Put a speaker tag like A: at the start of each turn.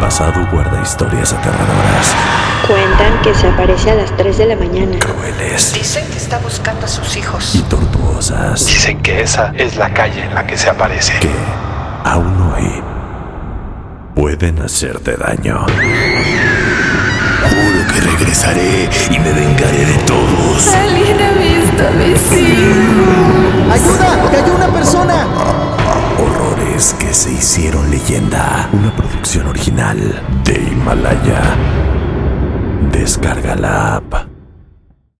A: pasado guarda historias aterradoras,
B: Cuentan que se aparece a las 3 de la mañana.
A: crueles
C: Dicen que está buscando a sus
A: y
C: hijos.
A: tortuosas
D: Dicen que esa es la calle en la que se aparece.
A: que, aún hoy, pueden hacerte daño.
E: Juro que regresaré y me vengaré de todos.
F: Alguien ha visto a mis hijos.
G: ¡Ayuda! ¡Que hay una persona!
A: Horrores que se hicieron leyenda. Una producción original de Himalaya. Descarga la app.